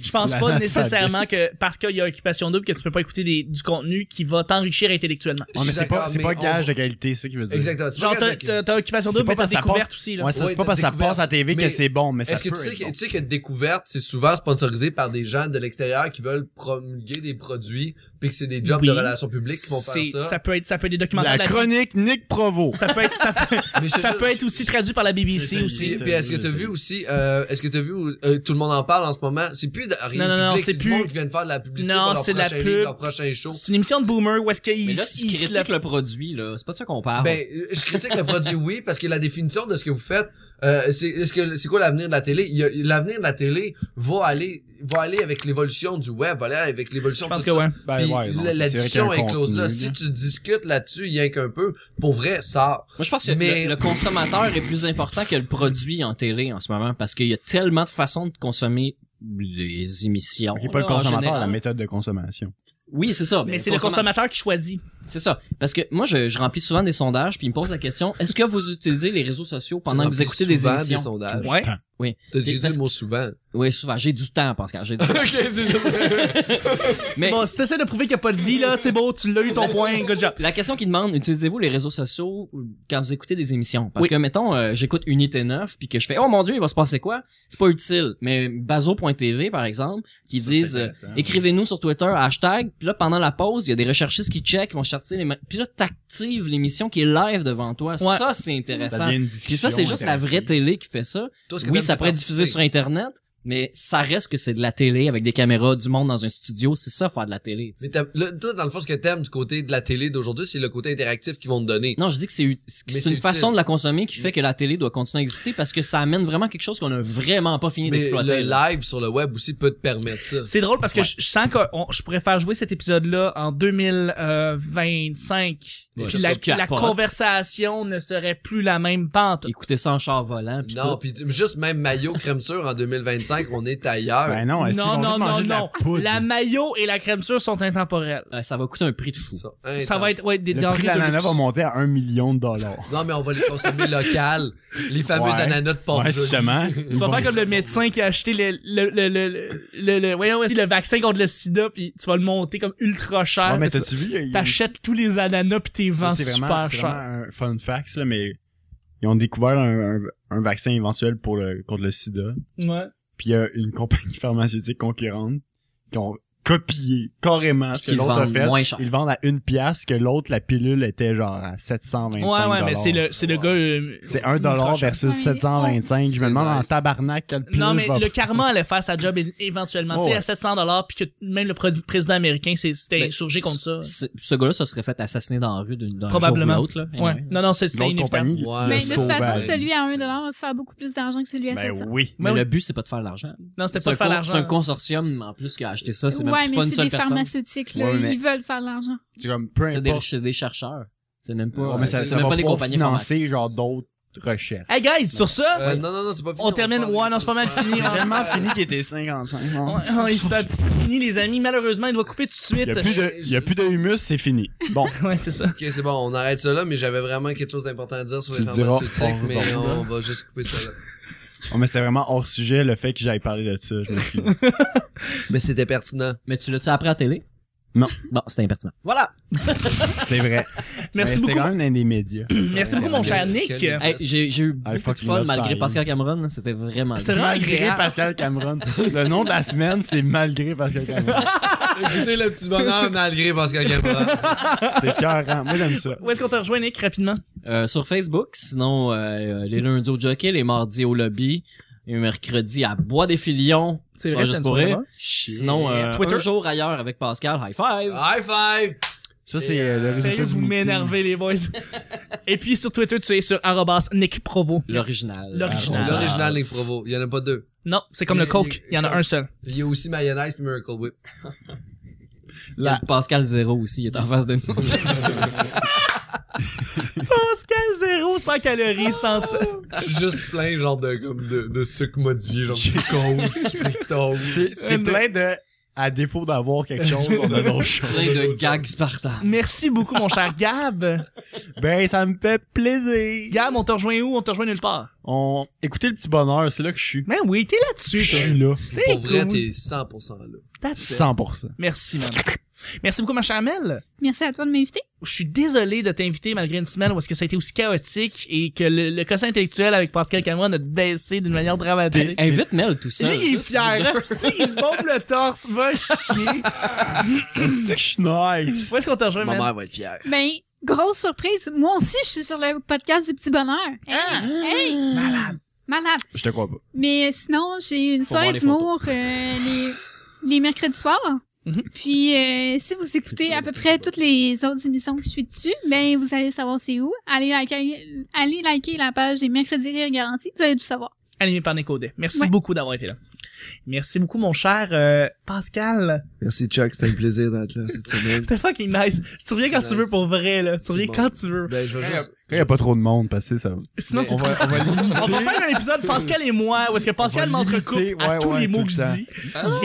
A: je pense
D: La
A: pas
D: nana,
A: nécessairement que parce qu'il y a occupation double que tu peux pas écouter des- du contenu qui va t'enrichir intellectuellement.
D: Ouais, mais c'est pas, c'est pas gage de qualité, ça qui veut dire.
C: Exactement. c'est pas
A: Genre,
C: gage
A: t'as,
C: de-
A: t'as- t'as occupation
D: C'est
A: double,
D: pas
A: mais t'as
D: parce que ça
A: découverte
D: passe-
A: aussi, là.
D: Ouais, ça,
C: Ouais,
D: c'est pas parce que ça
C: découverte.
D: passe à la TV que
C: Mais
D: c'est bon, mais ça
C: Est-ce que
D: peut
C: tu sais
D: être
C: que,
D: bon.
C: tu sais que Découverte, c'est souvent sponsorisé par des gens de l'extérieur qui veulent promulguer des produits, puis que c'est des jobs
A: Oui.
C: de relations publiques qui vont
A: C'est-
C: faire ça.
A: peut être, ça peut être des documentaires
D: La
A: de la-
D: chronique Nick Provo.
A: Ça peut être, ça peut,
C: Mais je-
A: ça
C: je-
A: peut être aussi traduit par la BBC
D: C'est
A: aussi.
C: Puis,
D: T'as
C: puis est-ce que
D: vu,
C: t'as
D: c'est-
C: vu aussi, euh, est-ce que t'as vu, euh, tout le monde en parle en ce moment, c'est plus de, rien
A: Non, non, non,
C: de public,
A: c'est
C: c'est
A: plus-
C: du monde qui vient de faire de la publicité
A: Non,
C: pour leur
A: c'est de la
C: prochain livre,
A: pub.
C: leur prochain show.
A: C'est une émission de boomer où est-ce qu'ils
B: Mais là,
A: ils
B: tu
A: se
B: critiques
A: la-
B: le produit, là. C'est pas de ça qu'on parle.
C: Ben, euh, je critique le produit, oui, parce que la définition de ce que vous faites, euh, c'est est-ce que c'est quoi l'avenir de la télé Il y a- L'avenir de la télé va aller, va aller avec l'évolution du web, va aller avec l'évolution.
A: Je
C: de
A: pense
C: tout
A: que
C: ça.
A: ouais.
D: Ben,
C: Puis
D: ouais, non,
C: la, la
D: c'est vrai
C: discussion
D: qu'il y a
C: est
D: un
C: close là.
D: contenu,
C: Si tu discutes là-dessus, il y a qu'un peu, pour vrai, sors.
B: Moi, je pense que
C: Mais-
B: le, le consommateur est plus important que le produit en télé en ce moment parce qu'il y a tellement de façons de consommer les émissions.
D: Ok, pas le
B: là, en
D: consommateur,
B: général.
D: la méthode de consommation.
B: Oui, c'est ça.
A: Mais c'est le consommateur qui choisit.
B: C'est ça. Parce que moi, je, je remplis souvent des sondages puis ils me posent la question est-ce que vous utilisez les réseaux sociaux pendant que vous écoutez des
C: souvent
B: émissions
C: des sondages.
A: Ouais.
C: T'as dit
B: Parce-
C: le mot souvent.
B: Oui, souvent. J'ai du temps, Pascal. J'ai du temps.
C: ok, c'est
B: Mais-
A: Bon, si t'essaies de prouver qu'il n'y a pas de vie, là, c'est beau, tu l'as eu ton point, good job.
B: La question qui demande, utilisez-vous les réseaux sociaux quand vous écoutez des émissions? Parce
A: Oui.
B: que, mettons, euh, j'écoute Unité 9 puis que je fais, oh mon dieu, il va se passer quoi? C'est pas utile. Mais Bazo.tv, par exemple, qui disent, euh, écrivez-nous sur Twitter, hashtag, puis là, pendant la pause, il y a des recherchistes qui checkent, qui vont chercher les, ma- puis là, t'actives l'émission qui est live devant toi.
A: Ouais.
B: Ça, c'est intéressant.
D: Puis
B: Puis ça, c'est juste la vraie télé qui fait ça. Oui, ça pourrait être diffusé sur Internet, mais ça reste que c'est de la télé avec des caméras, du monde dans un studio. C'est ça, faire de la télé. tu sais.
C: Mais t'as- là, toi, dans le fond, ce que t'aimes du côté de la télé d'aujourd'hui, c'est le côté interactif qu'ils vont te donner.
B: Non, je dis que c'est ut- c'est
C: Mais
B: une
C: c'est utile.
B: façon de la consommer qui fait que la télé doit continuer à exister parce que ça amène vraiment quelque chose qu'on a vraiment pas fini
C: Mais le
B: d'exploiter. là.
C: live sur le web aussi peut te permettre ça.
A: C'est drôle parce que
B: Ouais.
A: je, je sens que on- je pourrais faire jouer cet épisode-là en 2025.
C: Ouais,
A: puis
C: ça,
A: la,
B: tu capotes.
A: la conversation ne serait plus la même pente.
B: Écouter ça en char volant. Pis
C: non,
B: tout.
C: puis juste même maillot crème sûre en 2025, on est ailleurs.
D: Ben non, est-ce qu'ils
A: non,
D: vont
A: non,
D: juste
A: non,
D: manger de la
A: non.
D: poudre?
A: La maillot et la crème sûre sont intemporelles.
B: Euh, ça va coûter un prix de fou.
C: Ça,
A: Ça
C: intense.
A: va être ouais, des
D: Le
A: denrées
D: prix de
A: de
D: l'ananas
A: luxe.
D: va monter à 1 million de dollars.
C: Non, mais on va les consommer local. Les fameux
D: Ouais.
C: ananas de port
D: Ouais, justement.
A: Tu vas faire comme le médecin qui a acheté le, le, le, le, le, le, le- voyons, le vaccin contre le sida, puis tu vas le monter comme ultra cher.
D: Ouais, mais t'as-tu vu? il y a- il y a-
A: T'achètes tous les ananas pis t'es
D: Ça,
A: vends
D: c'est
A: super
D: vraiment, c'est
A: cher.
D: vraiment un fun fact, là, mais ils ont découvert un, un- un vaccin éventuel pour le, contre le sida.
A: Ouais.
D: Puis il y a une compagnie pharmaceutique concurrente qui ont copié carrément
B: Puis
D: ce que
B: qu'ils
D: l'autre a
B: vendent
D: fait.
B: moins cher.
D: Ils le vendent à une pièce, que l'autre, la pilule était genre à 725
A: Ouais, ouais, mais c'est le, c'est le
C: Ouais.
A: gars. euh,
D: C'est
A: ultra
D: 1 dollar
A: cher.
D: versus
E: Ouais,
D: 725. Je me
C: c'est
D: demande en
C: nice.
D: tabarnak quelle pilule
A: Non, mais
D: je vais
A: le karma allait faire sa job é- éventuellement. tu
D: Ouais,
A: sais,
D: ouais.
A: à 700 dollars, puis que même le pro- président américain s'est- s'était
B: Ben,
A: insurgé contre ça.
B: Ce, ce gars-là, ça serait fait assassiner dans la rue d'une- d'un
A: Probablement.
B: jour ou l'autre. Là.
A: Ouais.
B: Anyway.
A: Non, non, c'est- c'était
D: L'autre
A: inévitable.
D: compagnie.
C: Ouais.
D: l'a
E: Mais de toute façon,
D: sauvée.
E: celui à 1 va se faire beaucoup plus d'argent que celui à
D: Ben
E: 700.
D: oui.
B: Mais
A: Ouais,
B: le
A: ouais.
B: but, c'est pas de faire de l'argent.
A: Non, c'était
B: C'est
A: pas
B: un
A: de faire
B: con- C'est un
A: l'argent.
B: consortium en plus qui a acheté ça. C'est même
E: ouais,
B: pas
E: mais
B: une
E: c'est des
B: seule personne.
E: pharmaceutiques, là.
D: Ouais, mais-
E: Ils veulent faire de l'argent.
D: C'est comme peu
B: C'est des,
D: importe.
B: c'est des chercheurs. C'est même pas,
C: Ouais,
D: Ouais,
B: c'est
D: mais ça,
B: c'est
D: ça
B: même
D: va
B: pas des
D: pouvoir
B: compagnies
D: financer genre d'autres recherches.
A: Hey guys, sur ça,
C: Euh, non, non, non, c'est pas fini.
A: On termine-
C: parle
A: ouais,
C: de
A: non, c'est pas mal
C: ça,
A: fini,
C: c'est
A: hein.
C: pas-
D: Tellement fini qu'il était 55. non?
A: on- on- il s'est un petit peu fini, les amis. Malheureusement, il doit couper tout de
D: Il
A: suite.
D: n'y a, plus de- il y a plus de humus, c'est fini. Bon,
A: Ouais, c'est ça.
C: Ok, c'est bon, on arrête ça là, mais j'avais vraiment quelque chose d'important à dire sur
D: Tu
C: les
D: le diras.
C: pharmaceutiques,
D: Bon,
C: mais
D: bon.
C: on va juste couper ça là.
D: Oh, mais c'était vraiment hors sujet le fait que j'aille parler de ça. Je m'excuse.
C: Mais c'était pertinent.
B: Mais tu l'as-tu appris à la télé?
D: Non.
B: Bon, c'était impertinent. Voilà.
D: c'est vrai. Mais
A: Merci
D: C'était
A: beaucoup.
D: quand même dans des médias.
A: Merci beaucoup, mon cher
C: Quel-
A: Nick.
C: quel-
A: Hey,
B: Hey, j'ai, j'ai eu beaucoup de
D: fucking
B: fun
D: love
B: malgré
D: Ah, science.
B: Pascal Cameron. là. C'était vraiment
A: C'était vraiment
D: Malgré
A: agréable.
D: Pascal Cameron. Le nom de la semaine, c'est Malgré Pascal Cameron.
C: Écoutez le petit bonheur malgré Pascal Gabra.
D: C'était cœurant. Moi, j'aime ça.
A: Où est-ce qu'on te rejoint, Nick, rapidement?
B: Euh, sur Facebook, sinon euh, euh, les lundis au jockey, les mardis au lobby, les mercredis à Bois des Filions.
A: C'est
B: Ah, juste pour
A: t'as une
B: rire.
A: soirée.
B: Sinon, euh,
A: Twitter.
B: un jour ailleurs avec Pascal, high five.
C: High five!
D: Ça,
C: Ah. c'est,
D: c'est
C: euh, le
A: Sérieux, vous m'énervez, les boys. Et puis, sur Twitter, tu es sur arrobas Nick Provo.
B: L'original.
A: L'original. euh,
B: Ah.
C: L'original des Provo. Il y en a pas deux.
A: Non, c'est comme le
C: Il-
A: Coke. Il y en a
C: il-
A: un seul.
C: Il y a aussi Mayonnaise puis Miracle Whip.
B: Il y a le Pascal Zéro aussi, il est en face de nous.
A: Pascal, zéro, sans calories, sans ça.
C: Je suis juste plein genre de, comme de, de sucre modifié, genre de glucose, fructose.
D: C'est
A: Mais-
D: plein de à défaut d'avoir quelque chose, on a d'autres
B: Plein
D: choses.
B: de gags spartans.
A: Merci beaucoup, mon cher Gab.
D: Ben, ça me fait plaisir.
A: Gab, on te rejoint où? On te rejoint nulle part.
D: On... Écoutez le petit bonheur, c'est là que je suis.
A: Ben oui, t'es
D: Je
A: là-dessus, toi.
D: suis là,
A: T'es
C: Pour vrai,
A: cool.
C: t'es 100% là.
A: That's it.
D: 100%.
A: Merci, man. Merci beaucoup, ma chère Mel.
E: Merci à toi de m'inviter.
A: je suis désolé de t'inviter malgré une semaine parce que ça a été aussi chaotique et que le, le quotient intellectuel avec Pascal Cameron a baissé d'une manière dramatique.
B: Invite Mel tout seul.
A: Lui, il est
B: Juste
A: fier.
B: deux.
A: Asti, il se bombe le torse. Va chier.
D: C'est que je suis nice.
A: Où est-ce qu'on te rejoint,
C: Ma
A: man?
C: mère va être fière.
E: Ben, grosse surprise. Moi aussi, je suis sur le podcast du Petit Bonheur. Hey, hey,
A: Malade.
E: malade.
D: Je te crois pas.
E: Mais sinon, j'ai une
B: Faut voir
E: soirée
B: les
E: d'humour euh, les, les mercredis soirs.
A: Mhm.
E: Puis, euh, si vous écoutez à peu près toutes les autres émissions qui suivent dessus, ben, vous allez savoir c'est où. Allez liker, allez liker la page des Mercredis Rire Garanti. Vous allez tout savoir.
A: Animé par Nicodé. Merci
E: Ouais.
A: beaucoup d'avoir été là. Merci beaucoup, mon cher euh, Pascal.
C: Merci Chuck, c'était un plaisir d'être là cette semaine.
A: C'était fucking nice. Tu reviens quand tu veux pour vrai, là. Tu
C: C'est
A: reviens
C: bon.
A: quand tu veux.
C: Ben, je vais juste.
D: Quand il y a pas trop de monde, parce que ça.
A: Sinon, c'est
D: on va, on va
A: On va faire un épisode Pascal et moi où est-ce que Pascal
D: On va
A: m'entrecoupe
D: limiter,
A: à
D: ouais,
A: tous
D: ouais,
A: les mots
D: tout
A: que
D: le
A: je
D: temps.
A: dis.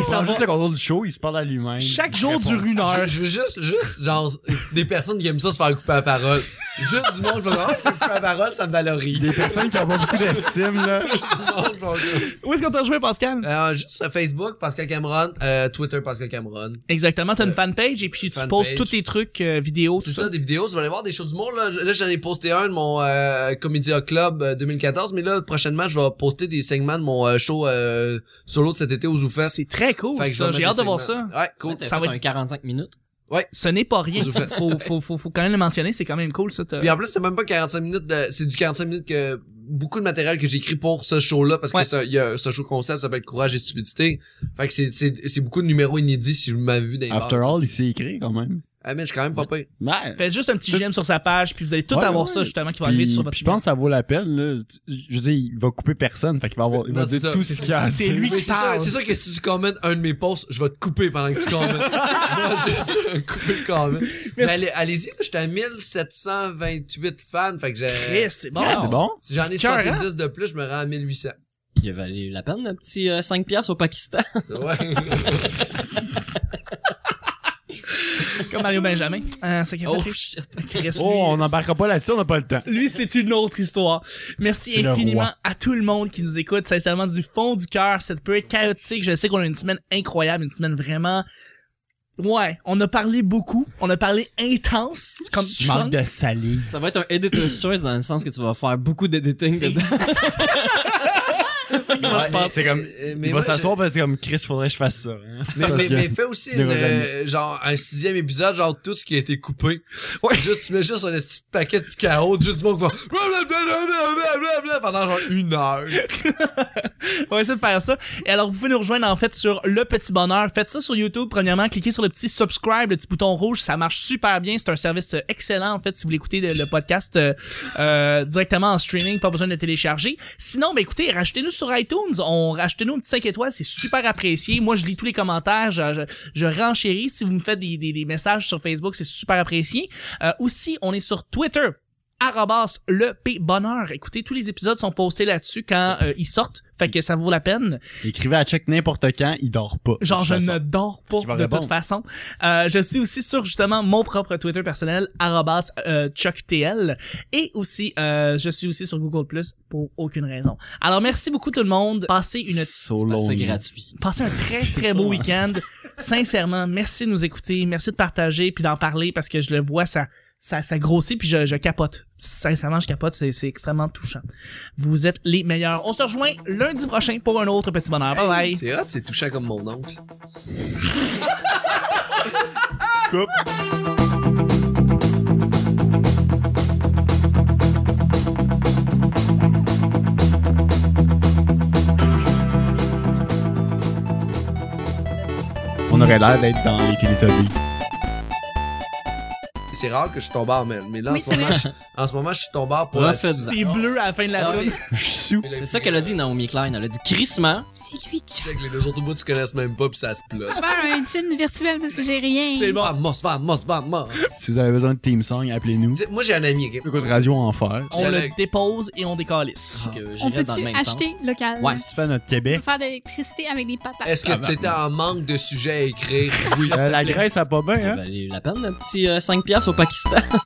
A: Et ça
D: juste
A: va
D: le contrôle du show, il se parle à lui-même.
A: chaque jour
D: du
A: dure une heure.
C: Je, je veux juste, juste, genre, des personnes qui aiment ça se faire couper la parole. Juste du monde qui va dire, oh, je vais couper la parole, ça me valorise.
D: Des personnes qui ont pas beaucoup d'estime, là.
C: Juste du monde qui va dire-
A: Où est-ce qu'on t'a rejoint, Pascal?
C: Euh, juste sur Facebook, Pascal Cameron, euh, Twitter, Pascal Cameron.
A: Exactement, t'as une
C: Euh,
A: fanpage et puis tu
C: fanpage.
A: poses tous tes trucs euh, vidéo, tout
C: C'est
A: ça.
C: ça, des vidéos, tu vas aller voir des shows d'humour. Là, là j'en ai posté un de mon euh, Comédia Club euh, 2014, mais là, prochainement, je vais poster des segments de mon euh, show euh, solo de cet été aux Zoufettes.
A: C'est très cool,
C: Fait que je
A: ça.
C: vais
A: J'ai
C: mettre
A: hâte de
C: des
A: voir ça.
C: segments. Ouais, cool.
B: Ouais, t'as
A: Ça
B: fait
A: va
B: un 45 minutes.
A: Ce n'est pas rien.
C: Je vous fais-
A: Faut, faut, faut, faut quand même le mentionner, c'est quand même cool, ça. t'as-
C: Puis en plus, c'est même pas 45 minutes de, c'est du 45 minutes que beaucoup de matériel que j'ai écrit pour ce show-là, parce
A: Ouais.
C: que c'est un- il y a ce show concept, ça s'appelle Courage et Stupidité. Fait que c'est, c'est, c'est beaucoup de numéros inédits si je m'avais vu dans les
D: After
C: bars.
D: all, il s'est écrit quand même.
C: Ah, mais je suis quand même pas payé.
D: Ouais.
A: Faites juste un petit j'aime sur sa page, puis vous allez tout
D: Ouais,
A: avoir
D: ouais.
A: ça, justement, qui va arriver
D: Puis,
A: sur votre...
D: puis je pense que ça vaut la peine, là. Tu- Je veux dire, il va couper personne, fait qu'il va avoir, il va
C: Non, c'est
D: dire
C: ça.
D: tout ce qu'il y a à
A: C'est
D: dire.
A: lui.
C: Mais c'est
A: parle.
C: sûr, c'est sûr que si tu commentes un de mes posts, je vais te couper pendant que tu commentes. non, juste euh, couper le comment. Mais allez, allez-y, là, j'étais à 1728 fans, fait que j'ai,
A: Chris, c'est bon.
D: Ah, c'est bon?
C: si j'en ai
A: Cœur, hein?
C: 70 de plus, je me rends à 1800.
B: Il a valu la peine, un petit euh, 5 piastres au Pakistan.
C: Ouais.
A: Comme Mario Benjamin. Euh, c'est
B: Oh
A: Chris,
B: shit.
A: lui,
D: Oh, on n'embarquera pas là-dessus, on n'a pas le temps.
A: Lui, c'est une autre histoire.
D: C'est
A: Merci
D: le
A: infiniment
D: roi.
A: à tout le monde qui nous écoute. Sincèrement, du fond du cœur, ça peut être chaotique. Je sais qu'on a une semaine incroyable, une semaine vraiment... Ouais, on a parlé beaucoup, on a parlé intense, comme
D: Tu manques de salé.
B: Ça va être un editor's choice dans le sens que tu vas faire beaucoup d'editing dedans.
A: Ouais,
C: mais-
D: Ah, c'est comme-
C: euh, mais
D: Il va
C: moi, je-
D: s'asseoir parce que comme Chris, faudrait que je fasse ça. hein.
C: Mais,
D: Parce
C: mais,
D: que-
C: mais fais aussi
D: des
C: une,
D: revenus.
C: euh, genre un sixième épisode, genre tout ce qui a été coupé.
A: Ouais.
C: Juste, tu mets juste un petit paquet de chaos, juste du monde qui va blablabla pendant genre une heure.
A: On va essayer de faire ça. Et alors, vous pouvez nous rejoindre en fait sur Le Petit Bonheur. Faites ça sur YouTube. Premièrement, cliquez sur le petit subscribe, le petit bouton rouge. Ça marche super bien. C'est un service euh, excellent en fait si vous l'écoutez le, le podcast euh, euh, directement en streaming, pas besoin de le télécharger. Sinon, ben écoutez, rachetez-nous sur iTunes. On rachetez-nous un petit 5 étoiles, c'est super apprécié. Moi, je lis tous les commentaires, je, je, je renchéris. Si vous me faites des, des, des messages sur Facebook, c'est super apprécié. Euh, aussi, on est sur Twitter arrobas le P bonheur. Écoutez, tous les épisodes sont postés là-dessus quand euh, ils sortent, fait que ça vaut la peine.
D: Écrivez à check n'importe quand, il dort pas.
A: Genre,
D: De
A: je
D: toute
A: ne
D: façon.
A: dors pas
D: Qui va
A: de toute
D: répondre.
A: façon. Euh, je suis aussi sur justement mon propre Twitter personnel arrobas euh, @chucktl et aussi euh, je suis aussi sur Google Plus pour aucune raison. Alors merci beaucoup tout le monde. Passez une
D: So
B: Parce que C'est
D: lonely.
B: gratuit.
A: Passez un très
D: C'est
A: très
D: ça,
A: beau
D: hein.
A: week-end. Sincèrement, merci de nous écouter, merci de partager puis d'en parler parce que je le vois ça ça ça grossit puis je, je capote. Sincèrement, je capote, c'est c'est extrêmement touchant. Vous êtes les meilleurs. On se rejoint lundi prochain pour un autre petit bonheur. Bye bye.
C: C'est hot, c'est touchant comme mon oncle.
D: On aurait l'air d'être dans les Teletubbies.
C: C'est c'est rare que je suis tombé en mêle. Mais là,
E: Oui,
C: en, ce
E: c'est
C: moment,
E: vrai.
C: je, en ce moment, je suis tombé en pour la
B: Refaites-en.
A: T'es bleu à la fin de la
B: Ah
A: tune.
B: oui.
D: Je suis
C: Mais le-
B: C'est ça qu'elle a dit, Naomi Klein. Elle a dit crissement.
E: C'est lui,
C: Tu
E: Chuck.
C: sais que les deux autres bouts, tu connaisses même pas, puis ça se plotte.
E: Faire un chin virtuel parce que j'ai rien.
A: C'est bon.
C: Vamos, vamos, vamos.
D: Si vous avez besoin de team song, appelez-nous.
C: Tu sais, Moi, j'ai un ami, ok?
D: Écoute Radio Enfer.
A: On
C: J'allais-
A: le dépose et on décalisse.
B: que j'irais
E: On
B: dans le
E: peut-tu
B: même
E: acheter local?
B: Ouais.
D: Si tu fais à notre
E: On
D: Québec,
E: peut faire de l'électricité avec des patates.
C: Est-ce que
D: Ah, bah,
C: tu étais en manque de sujets à écrire?
D: euh, la Grèce a pas
B: sens. Ça
D: bien, hein?
B: valait la peine, un petit euh, 5$ piastres au Pakistan.